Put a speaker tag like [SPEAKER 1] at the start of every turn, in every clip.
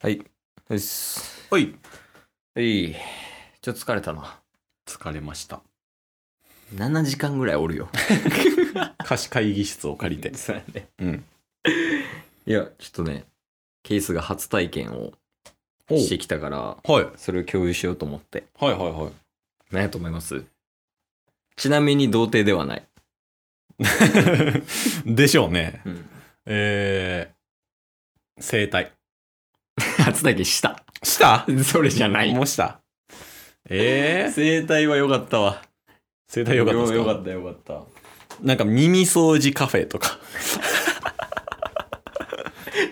[SPEAKER 1] はい。よし。
[SPEAKER 2] ほい
[SPEAKER 1] はい。ちょっと疲れたな。
[SPEAKER 2] 疲れました
[SPEAKER 1] 7時間ぐらいおるよ。
[SPEAKER 2] 貸し会議室を借りて
[SPEAKER 1] そうやね。
[SPEAKER 2] うん
[SPEAKER 1] いや、ちょっとね、ケイスが初体験を
[SPEAKER 2] おう
[SPEAKER 1] してきたから、
[SPEAKER 2] はい
[SPEAKER 1] それを共有しようと思って。
[SPEAKER 2] はいはいはい
[SPEAKER 1] 何やと思いますちなみに童貞ではない。
[SPEAKER 2] でしょうね。
[SPEAKER 1] うん。
[SPEAKER 2] えー、生体。
[SPEAKER 1] 初体験した。
[SPEAKER 2] した
[SPEAKER 1] それじゃない。
[SPEAKER 2] もうしたえー、
[SPEAKER 1] 生体は良かったわ。
[SPEAKER 2] 生体よかったですか
[SPEAKER 1] よかったよかった。
[SPEAKER 2] なんか耳掃除カフェとか。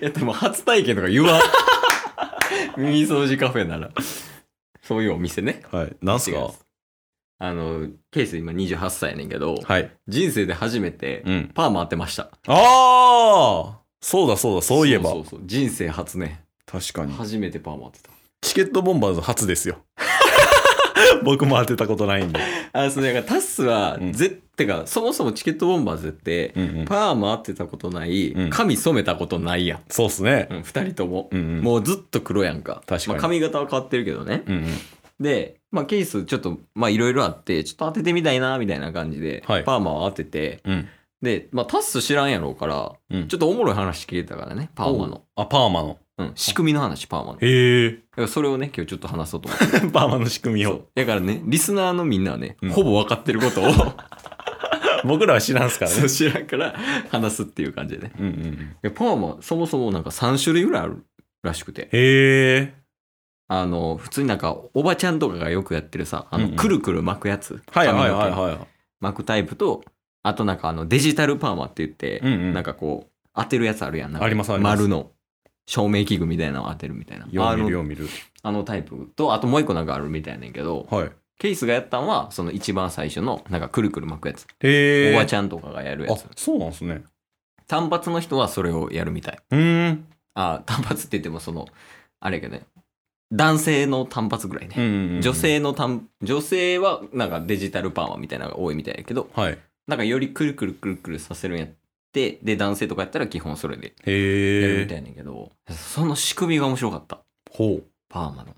[SPEAKER 1] いや、でも初体験とか言 わん。耳掃除カフェなら。そういうお店ね。
[SPEAKER 2] はい。なんす
[SPEAKER 1] 違いま
[SPEAKER 2] か
[SPEAKER 1] あの、ケース今28歳やねんけど、
[SPEAKER 2] はい。
[SPEAKER 1] 人生で初めて
[SPEAKER 2] うん。
[SPEAKER 1] パーマ当てました。
[SPEAKER 2] ああそうだそうだ、そういえば。
[SPEAKER 1] そうそうそう人生初ね。
[SPEAKER 2] 確かに。
[SPEAKER 1] 初めてパーマ当てた。
[SPEAKER 2] チケットボンバーズ初 ですよ。僕も当てたことないんで。
[SPEAKER 1] あ、そう、だからタッスは、
[SPEAKER 2] うん
[SPEAKER 1] ぜってか、そもそもチケットボンバーズって、
[SPEAKER 2] うんうん。
[SPEAKER 1] パーマ当てたことない、
[SPEAKER 2] うん
[SPEAKER 1] 髪染めたことないやん。
[SPEAKER 2] そうっすね
[SPEAKER 1] う。ん、二人とも。
[SPEAKER 2] うんうん。
[SPEAKER 1] もうずっと黒やんか。
[SPEAKER 2] 確かに
[SPEAKER 1] まあ、髪型は変わってるけどね。
[SPEAKER 2] うんうん。
[SPEAKER 1] で、まあ、ケースちょっと、まあ、いろいろあって、ちょっと当ててみたいな、みたいな感じで、
[SPEAKER 2] はい
[SPEAKER 1] パーマを当てて、
[SPEAKER 2] うん。
[SPEAKER 1] で、まあ、タッス知らんやろうから、
[SPEAKER 2] うん。
[SPEAKER 1] ちょっとおもろい話聞いたからね、パーマの。
[SPEAKER 2] あ、パーマの。
[SPEAKER 1] うん、仕組みの話、パーマの。だ
[SPEAKER 2] へえ。
[SPEAKER 1] からそれをね、今日ちょっと話そうと思って。
[SPEAKER 2] パーマの仕組み
[SPEAKER 1] そ
[SPEAKER 2] を
[SPEAKER 1] う。だからね、リスナーのみんなはね、
[SPEAKER 2] うん
[SPEAKER 1] ほぼ分かってる ことを
[SPEAKER 2] 僕らは知らんすから
[SPEAKER 1] そう
[SPEAKER 2] ね。
[SPEAKER 1] 知らんから話すっていう感じでね。
[SPEAKER 2] うんうん。
[SPEAKER 1] でパーマ、そもそもなんか3種類ぐらいあるらしくて。
[SPEAKER 2] へえ。
[SPEAKER 1] あの、普通になんか、おばちゃんとかがよくやってるさ、あの、
[SPEAKER 2] うんうん
[SPEAKER 1] くるくる巻くやつ。
[SPEAKER 2] はいはいはい
[SPEAKER 1] 髪の毛
[SPEAKER 2] は
[SPEAKER 1] 巻くタイプと、あとなんかあの、デジタルパーマって言って、
[SPEAKER 2] い。うんうん。
[SPEAKER 1] なんかこう、当てるやつあるやん。なんか
[SPEAKER 2] ありますあります
[SPEAKER 1] 丸の照明器具みたいなのを当てるみたいな。
[SPEAKER 2] よ
[SPEAKER 1] あ
[SPEAKER 2] う見る
[SPEAKER 1] の
[SPEAKER 2] よう見る。
[SPEAKER 1] あのタイプと、あともう一個なんかあるみたいやねんけど、
[SPEAKER 2] はい。
[SPEAKER 1] ケイスがやったんは、その一番最初の、なんかくるくる巻くやつ。
[SPEAKER 2] へえ。
[SPEAKER 1] おばち
[SPEAKER 2] ゃ
[SPEAKER 1] ゃんとかがやるや
[SPEAKER 2] あ
[SPEAKER 1] つ。、
[SPEAKER 2] そうなんすね。
[SPEAKER 1] 単発の人はそれをやるみたい。
[SPEAKER 2] うーん。
[SPEAKER 1] あ、単発って言ってもその、あれやけどね、男性の単発ぐらいね。
[SPEAKER 2] うんうんうん。
[SPEAKER 1] 女。性の単、女性はなんかデジタルパーマみたいなのが多いみたいやけど、
[SPEAKER 2] はい。
[SPEAKER 1] なんかよりくるくるくるくるさせるんやって、で、男性とかやったら基本それでやる
[SPEAKER 2] へ
[SPEAKER 1] みたい
[SPEAKER 2] え。
[SPEAKER 1] やねんけど、その仕組みが面白かった。
[SPEAKER 2] ほう。
[SPEAKER 1] パーマの。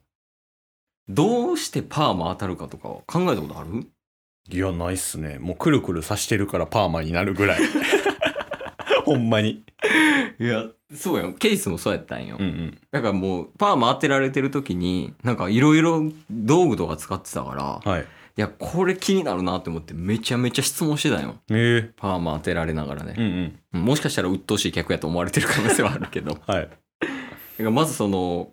[SPEAKER 1] どうしてパーマ当たるかとか考えたことある
[SPEAKER 2] いや、ないっすね。もうくるくるさしてるからパーマになるぐらい。ほんまに。
[SPEAKER 1] いや、そうやん。ケースもそうやったんよ。
[SPEAKER 2] うんうん。
[SPEAKER 1] だからもう、パーマ当てられてる時に、なんかいろいろ道具とか使ってたから、い、
[SPEAKER 2] はい。へ
[SPEAKER 1] や、これ気になるなって思って、めちゃめちゃ質問してたんよ。
[SPEAKER 2] え。
[SPEAKER 1] パーマ当てられながらね
[SPEAKER 2] うん。うん。
[SPEAKER 1] もしかしたら鬱陶しい客やと思われてる可能性はあるけ ど。だか
[SPEAKER 2] はい。
[SPEAKER 1] らまずその、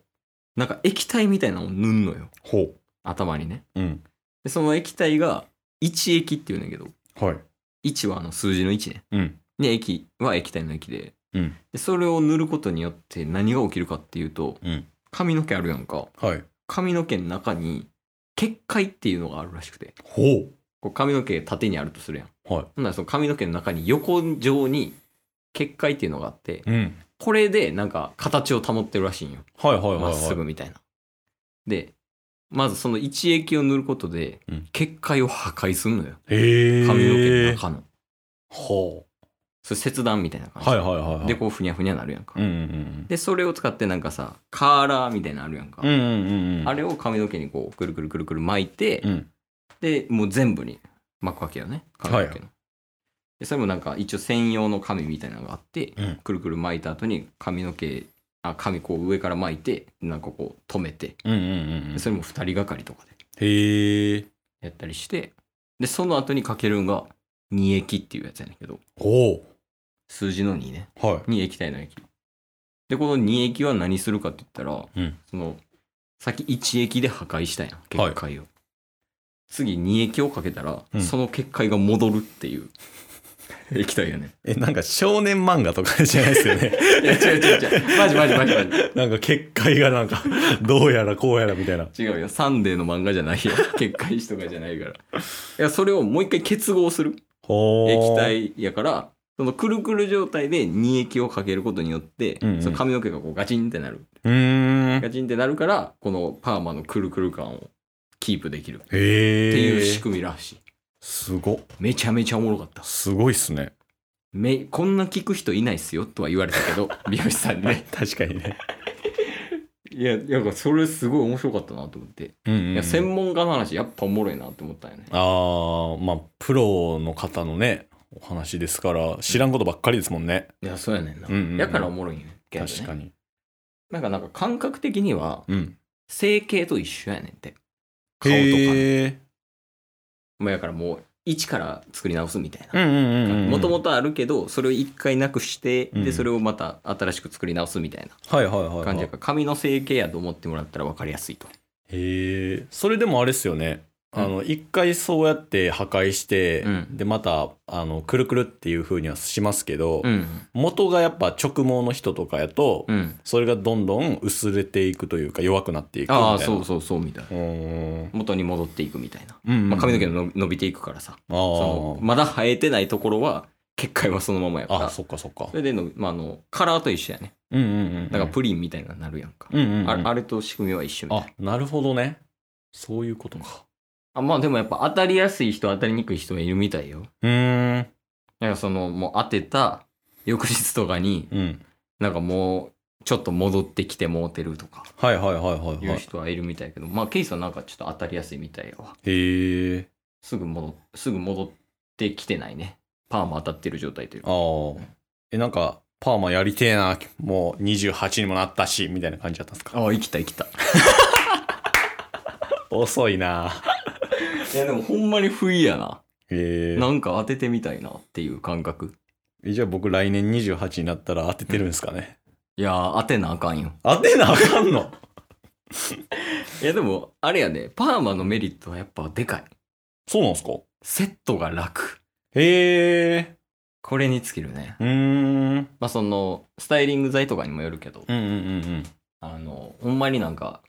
[SPEAKER 1] なんか液体みたいなのを塗んのよ。
[SPEAKER 2] ほう。
[SPEAKER 1] 頭にね。
[SPEAKER 2] うん。
[SPEAKER 1] でその液体が、一液っていうんだけど、
[SPEAKER 2] はい。
[SPEAKER 1] 一はあの数字の一ね。
[SPEAKER 2] うん。
[SPEAKER 1] で、液は液体の液で。
[SPEAKER 2] うん
[SPEAKER 1] でそれを塗ることによって何が起きるかっていうと、
[SPEAKER 2] うん。
[SPEAKER 1] 髪の毛あるやんか。
[SPEAKER 2] はい。
[SPEAKER 1] 髪の毛の中に、結界っていうのがあるらしくて。
[SPEAKER 2] ほう。
[SPEAKER 1] こう髪の毛縦にあるとするやん。
[SPEAKER 2] は
[SPEAKER 1] ほんならその髪の毛の中に横上に結界っていうのがあって、
[SPEAKER 2] い。うん。
[SPEAKER 1] これでなんか形を保ってるらしいんよ。
[SPEAKER 2] はいはいはいはい。
[SPEAKER 1] まっすぐみたいな。で、まずその一液を塗ることで
[SPEAKER 2] うん、
[SPEAKER 1] 結界を破壊するのよ。
[SPEAKER 2] へえ。
[SPEAKER 1] 髪の毛の中の。
[SPEAKER 2] ほ
[SPEAKER 1] それ切断みたいな感
[SPEAKER 2] う。
[SPEAKER 1] じ。
[SPEAKER 2] はいはいはいはい。
[SPEAKER 1] で、こうふにゃふにゃなるやんか。
[SPEAKER 2] うんうん
[SPEAKER 1] で、それを使ってなんかさ、カーラーみたいなのあるやんか。
[SPEAKER 2] うん。うんうんうんうん。
[SPEAKER 1] あれを髪の毛にこう、くるくるくるくる巻いて、
[SPEAKER 2] うん。
[SPEAKER 1] で、もう全部に巻くわけよね。髪の毛の。
[SPEAKER 2] はい
[SPEAKER 1] で、それもなんか一応専用の紙みたいなのがあって、
[SPEAKER 2] うん。
[SPEAKER 1] くるくる巻いた後に髪の毛、あ、髪こう上から巻いて、なんかこう止めて、
[SPEAKER 2] うんうんうん
[SPEAKER 1] で。それも二人がかりとかで。
[SPEAKER 2] へえ。
[SPEAKER 1] やったりして、で、その後にかけるんが、二液っていうやつやねんけど、
[SPEAKER 2] ほ
[SPEAKER 1] 数字の2ね。
[SPEAKER 2] う。は
[SPEAKER 1] 二液体の液。で、この二液は何するかって言ったら、
[SPEAKER 2] い。うん。
[SPEAKER 1] その、さっき一液で破壊したやん、結界を。次、二液をかけたら、
[SPEAKER 2] うん
[SPEAKER 1] その結界が戻るっていう 液体やねん。
[SPEAKER 2] え、なんか少年漫画とかじゃないですよ ね。
[SPEAKER 1] いや、違う違う違う。マジマジマジマジ。
[SPEAKER 2] なんか結界がなんか、どうやらこうやらみたいな。
[SPEAKER 1] 違うよ。サンデーの漫画じゃない よ。結界師とかじゃないから。いや、それをもう一回結合する。
[SPEAKER 2] ほう。
[SPEAKER 1] 液。体やからそのくるくる状態で二液をかけることによって、
[SPEAKER 2] うんうん
[SPEAKER 1] その髪の毛がこうガチンってなる
[SPEAKER 2] うーん。
[SPEAKER 1] ガチンってなるからこのパーマのくるくる感をキープできるっ
[SPEAKER 2] へ
[SPEAKER 1] ていう
[SPEAKER 2] え
[SPEAKER 1] 仕。組みらしい、
[SPEAKER 2] すご。
[SPEAKER 1] めちゃめちゃおもろかった
[SPEAKER 2] すごいっすね。
[SPEAKER 1] めこ んな聞く人いないっすよとは言われたけど美容師さんにね
[SPEAKER 2] 確かにね。
[SPEAKER 1] いいや、なんかそれすごい面白かったなと思って。
[SPEAKER 2] うんうんうん
[SPEAKER 1] いや、専門家の話、やっぱおもろいなって思ったよね。
[SPEAKER 2] ああまあプロの方のねお話ですから知らんことばっかりですもんね
[SPEAKER 1] いや、そうやねんな。
[SPEAKER 2] うんうんうん
[SPEAKER 1] だからおもろいんやけどね。
[SPEAKER 2] 確かに
[SPEAKER 1] なんか、なんか感覚的には、
[SPEAKER 2] うん
[SPEAKER 1] 整形と一緒やねんって。
[SPEAKER 2] 顔
[SPEAKER 1] 顔とかね。
[SPEAKER 2] と
[SPEAKER 1] まあ、だからもう、一から作り直すみたい
[SPEAKER 2] か
[SPEAKER 1] な。もとも
[SPEAKER 2] と
[SPEAKER 1] とあるけど、それを一回なくして、
[SPEAKER 2] う
[SPEAKER 1] で、
[SPEAKER 2] ん
[SPEAKER 1] それをまた新しく作り直すみたいな
[SPEAKER 2] はいはいはいはい
[SPEAKER 1] 感じやから、髪の整形やと思ってもらったら分かりやすいと。
[SPEAKER 2] へえそれでもあれですよね
[SPEAKER 1] うん
[SPEAKER 2] あの一回そうやって破壊して、
[SPEAKER 1] うん
[SPEAKER 2] でまたあのくるくるっていう風にはしますけど、
[SPEAKER 1] うん。
[SPEAKER 2] 元がやっぱ直毛の人とかやと、
[SPEAKER 1] うん。
[SPEAKER 2] それがどんどん薄れていくというか弱くなっていくみたいな
[SPEAKER 1] ああ、そうそうそうみたいな。
[SPEAKER 2] うーん
[SPEAKER 1] 元に戻っていくみたいな。
[SPEAKER 2] うんうん
[SPEAKER 1] まあ、髪の毛のの伸びていくからさ。
[SPEAKER 2] あ
[SPEAKER 1] その
[SPEAKER 2] ー
[SPEAKER 1] まだ生えてないところは結界はそのままやから
[SPEAKER 2] あそっかそっか
[SPEAKER 1] それでの、まあ、あのカラーと一緒やね
[SPEAKER 2] うんうんうん
[SPEAKER 1] だからプリンみたいなのになるやんか、
[SPEAKER 2] うんうんうん
[SPEAKER 1] あれあれと仕組みは一緒みたい
[SPEAKER 2] あ
[SPEAKER 1] な
[SPEAKER 2] なるほどねそういうことか
[SPEAKER 1] あまあでもやっぱ当たりやすい人当たりにくい人がいるみたいよ
[SPEAKER 2] うーん
[SPEAKER 1] なんかそのもう当てた翌日とかに
[SPEAKER 2] うん
[SPEAKER 1] なんかもうちょっと戻ってきてもうてるとか
[SPEAKER 2] はいはいはいはい
[SPEAKER 1] い
[SPEAKER 2] は
[SPEAKER 1] う
[SPEAKER 2] い
[SPEAKER 1] 人はいるみたいやけど、まあケイさんなんかちょっと当たりやすいみたいやわ
[SPEAKER 2] へえ
[SPEAKER 1] すぐ戻すぐ戻ってきてないねパーマ当たってる状態という
[SPEAKER 2] あ
[SPEAKER 1] か
[SPEAKER 2] あえなんかパーマやりてえなもう28にもなったしみたいな感じだったんですか
[SPEAKER 1] ああ生きた生きた
[SPEAKER 2] 遅いない
[SPEAKER 1] やでもほんまに不意やな
[SPEAKER 2] へえ
[SPEAKER 1] なんか当ててみたいなっていう感覚。
[SPEAKER 2] えじゃあ僕来年28になったら当ててるんですかね、
[SPEAKER 1] いやー、当てなあかんよ。
[SPEAKER 2] 当てなあかんの
[SPEAKER 1] いや、でも、あれやね、パーマのメリットはやっぱでかい。
[SPEAKER 2] そうなんですか
[SPEAKER 1] セットが楽。
[SPEAKER 2] へえ
[SPEAKER 1] これに尽きるね。
[SPEAKER 2] うーんうん
[SPEAKER 1] まあ、その、スタイリング剤とかにもよるけど、
[SPEAKER 2] うんうん
[SPEAKER 1] あの、ほんまになんか、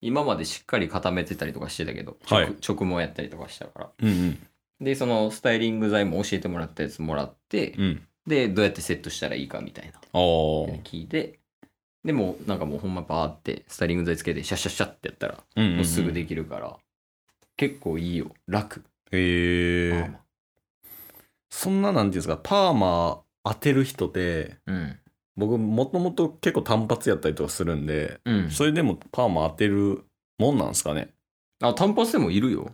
[SPEAKER 1] 今までしっかり固めてたりとかしてたけど、直
[SPEAKER 2] はい
[SPEAKER 1] 直毛やったりとかしたから。
[SPEAKER 2] うんうん
[SPEAKER 1] で、その、スタイリング剤も教えてもらったやつもらって、
[SPEAKER 2] うん
[SPEAKER 1] で、どうやってセットしたらいいかみたいな。
[SPEAKER 2] あー
[SPEAKER 1] 聞いて、でも、なんかもうほんまバーって、スタイリング剤つけて、シャッシャッシャッってやったら、
[SPEAKER 2] うんうんう
[SPEAKER 1] も
[SPEAKER 2] ん
[SPEAKER 1] うすぐできるから、結構いいよ楽
[SPEAKER 2] へ
[SPEAKER 1] パー
[SPEAKER 2] え
[SPEAKER 1] マ
[SPEAKER 2] そんななんていうんですかパーマ当てる人で
[SPEAKER 1] うん
[SPEAKER 2] 僕もともと結構単発やったりとかするんで、
[SPEAKER 1] うん
[SPEAKER 2] それでもパーマ当てるもんなんですかね
[SPEAKER 1] あ単発でもいるよ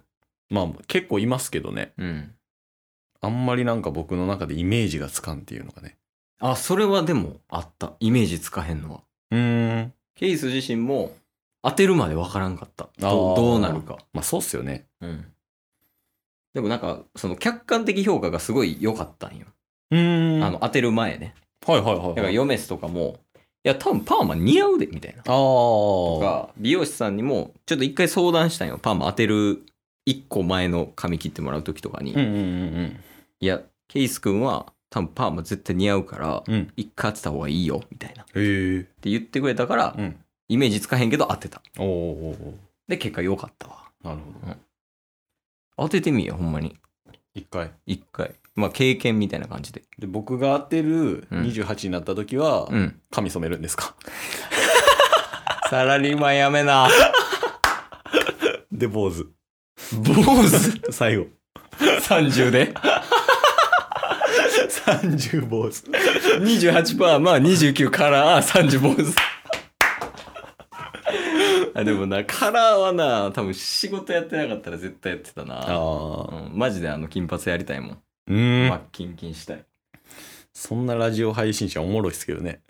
[SPEAKER 2] まあ結構いますけどね
[SPEAKER 1] うん
[SPEAKER 2] あんまりなんか僕の中でイメージがつかんっていうのがね
[SPEAKER 1] あそれはでもあったイメージつかへんのは
[SPEAKER 2] うーん
[SPEAKER 1] ケイス自身も当てるまでわからんかった
[SPEAKER 2] あ
[SPEAKER 1] ど
[SPEAKER 2] ー
[SPEAKER 1] うどうなるか
[SPEAKER 2] まあそうっすよね
[SPEAKER 1] うんでもなんかその客観的評価がすごい良かったんよ、
[SPEAKER 2] うーん
[SPEAKER 1] あの当てる前ね
[SPEAKER 2] はいはいはい
[SPEAKER 1] だか
[SPEAKER 2] は
[SPEAKER 1] ら
[SPEAKER 2] い
[SPEAKER 1] ヨメスとかも「いや多分パーマ似合うで」みたいな
[SPEAKER 2] あー
[SPEAKER 1] とか美容師さんにもちょっと一回相談したんよパーマ当てる一個前の髪切ってもらう時とかに、
[SPEAKER 2] うんうんうん
[SPEAKER 1] いや、ケイス君は多分パーマ絶対似合うから、
[SPEAKER 2] うんうん
[SPEAKER 1] 一回当てた方がいいよ、みたいな。っ
[SPEAKER 2] へえ
[SPEAKER 1] て言ってくれたから、
[SPEAKER 2] うん
[SPEAKER 1] イメージつかへんけど当てた。
[SPEAKER 2] おーおーおー
[SPEAKER 1] で、結果良かったわ。
[SPEAKER 2] なるほど
[SPEAKER 1] 当ててみよ、ほんまに。
[SPEAKER 2] 一回
[SPEAKER 1] 一回。まあ、経験みたいな感じで。
[SPEAKER 2] で僕が当てる
[SPEAKER 1] うん
[SPEAKER 2] 28になった時は、
[SPEAKER 1] うん。
[SPEAKER 2] 髪染めるんです か
[SPEAKER 1] サラリーマンやめな。
[SPEAKER 2] で坊主
[SPEAKER 1] 坊主
[SPEAKER 2] 最後
[SPEAKER 1] ?30 で。
[SPEAKER 2] 30坊主
[SPEAKER 1] 28パーマ、29カラー、30坊主。あでもな、カラーはな、多分仕事やってなかったら絶対やってたな。
[SPEAKER 2] あ
[SPEAKER 1] う
[SPEAKER 2] あ
[SPEAKER 1] ん、マジであの金髪やりたいもん。
[SPEAKER 2] うーん、
[SPEAKER 1] 真っキンキンしたい。
[SPEAKER 2] そんなラジオ配信者おもろいっすけどね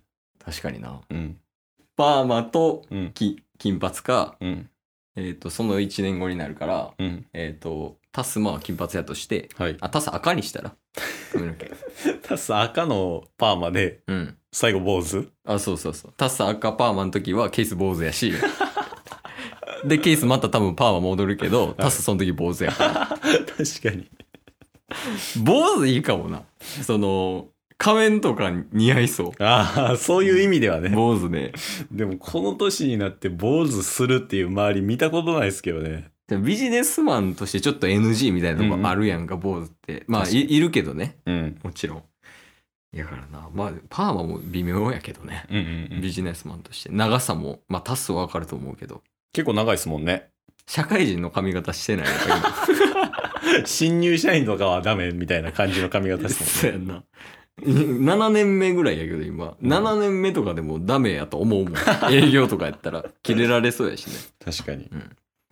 [SPEAKER 1] 確かにな。
[SPEAKER 2] うん
[SPEAKER 1] パーマと
[SPEAKER 2] うん
[SPEAKER 1] き金髪か、
[SPEAKER 2] うん
[SPEAKER 1] えっ、と、その1年後になるから、
[SPEAKER 2] うん
[SPEAKER 1] えっ、と、タスマは金髪やとして、
[SPEAKER 2] はい
[SPEAKER 1] あ、タス赤にしたら髪の毛。
[SPEAKER 2] タス 赤のパーマで
[SPEAKER 1] うん。
[SPEAKER 2] 最後坊主
[SPEAKER 1] あ、そうそうそう。タス赤パーマの時はケース坊主やし、 で、ケースまた多分パーマ戻るけど、タスその時坊主やから。
[SPEAKER 2] 確かに
[SPEAKER 1] 坊主いいかもな。その、仮面とか似合いそ
[SPEAKER 2] ああそういう意味で
[SPEAKER 1] う。
[SPEAKER 2] はね
[SPEAKER 1] 坊主ね。
[SPEAKER 2] でもこの年になって坊主するっていう周り見たことないですけどね
[SPEAKER 1] でもビジネスマンとしてちょっと NG みたいなとこあるやんか、坊主って。まあ
[SPEAKER 2] 確か
[SPEAKER 1] い、いるけどね。
[SPEAKER 2] うん
[SPEAKER 1] もちろん。やからな、まあ、パーマも微妙やけどね。
[SPEAKER 2] うんうん、
[SPEAKER 1] ビジネスマンとして。長さも、まあ、多数わかると思うけど。
[SPEAKER 2] 結構長いですもん ね
[SPEAKER 1] 社会人の髪型してないのか、
[SPEAKER 2] 新入社員とかはダメみたいな感じの髪型
[SPEAKER 1] 今。
[SPEAKER 2] ですもんね
[SPEAKER 1] やんな。 7年目ぐらいやけど今、7年目とかでもダメやと思うもん 営業とかやったら切れられそうやしね
[SPEAKER 2] 確かに。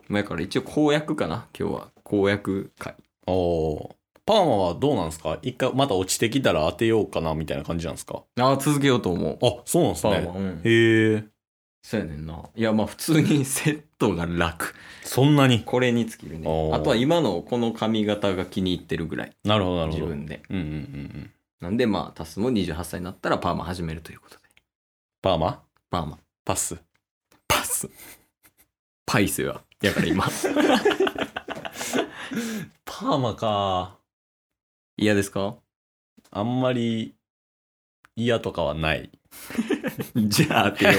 [SPEAKER 1] 前から一応公約かな今日は公約会
[SPEAKER 2] おお。パーマはどうなんですか一回また落ちてきたら当てようかなみたいな感じなんですか
[SPEAKER 1] ああ続けようと思う
[SPEAKER 2] あ、そうなんです
[SPEAKER 1] パーマ、
[SPEAKER 2] ね。
[SPEAKER 1] うん
[SPEAKER 2] へえ。
[SPEAKER 1] そうやねんないやまあ普通にセットが楽
[SPEAKER 2] そんな に。
[SPEAKER 1] これに尽きるね
[SPEAKER 2] おー
[SPEAKER 1] あとは今のこの髪型が気に入ってるぐらい
[SPEAKER 2] なるほど、なる
[SPEAKER 1] 自
[SPEAKER 2] ほど。うん
[SPEAKER 1] 分で
[SPEAKER 2] うんうんうん。
[SPEAKER 1] なんでまあタスも28歳になったらパーマ始めるということで
[SPEAKER 2] パーマ
[SPEAKER 1] パーマ
[SPEAKER 2] パス。
[SPEAKER 1] パスパイセはやから今
[SPEAKER 2] パーマか。
[SPEAKER 1] 嫌ですか
[SPEAKER 2] あんまり嫌とかはない。
[SPEAKER 1] じゃあってよう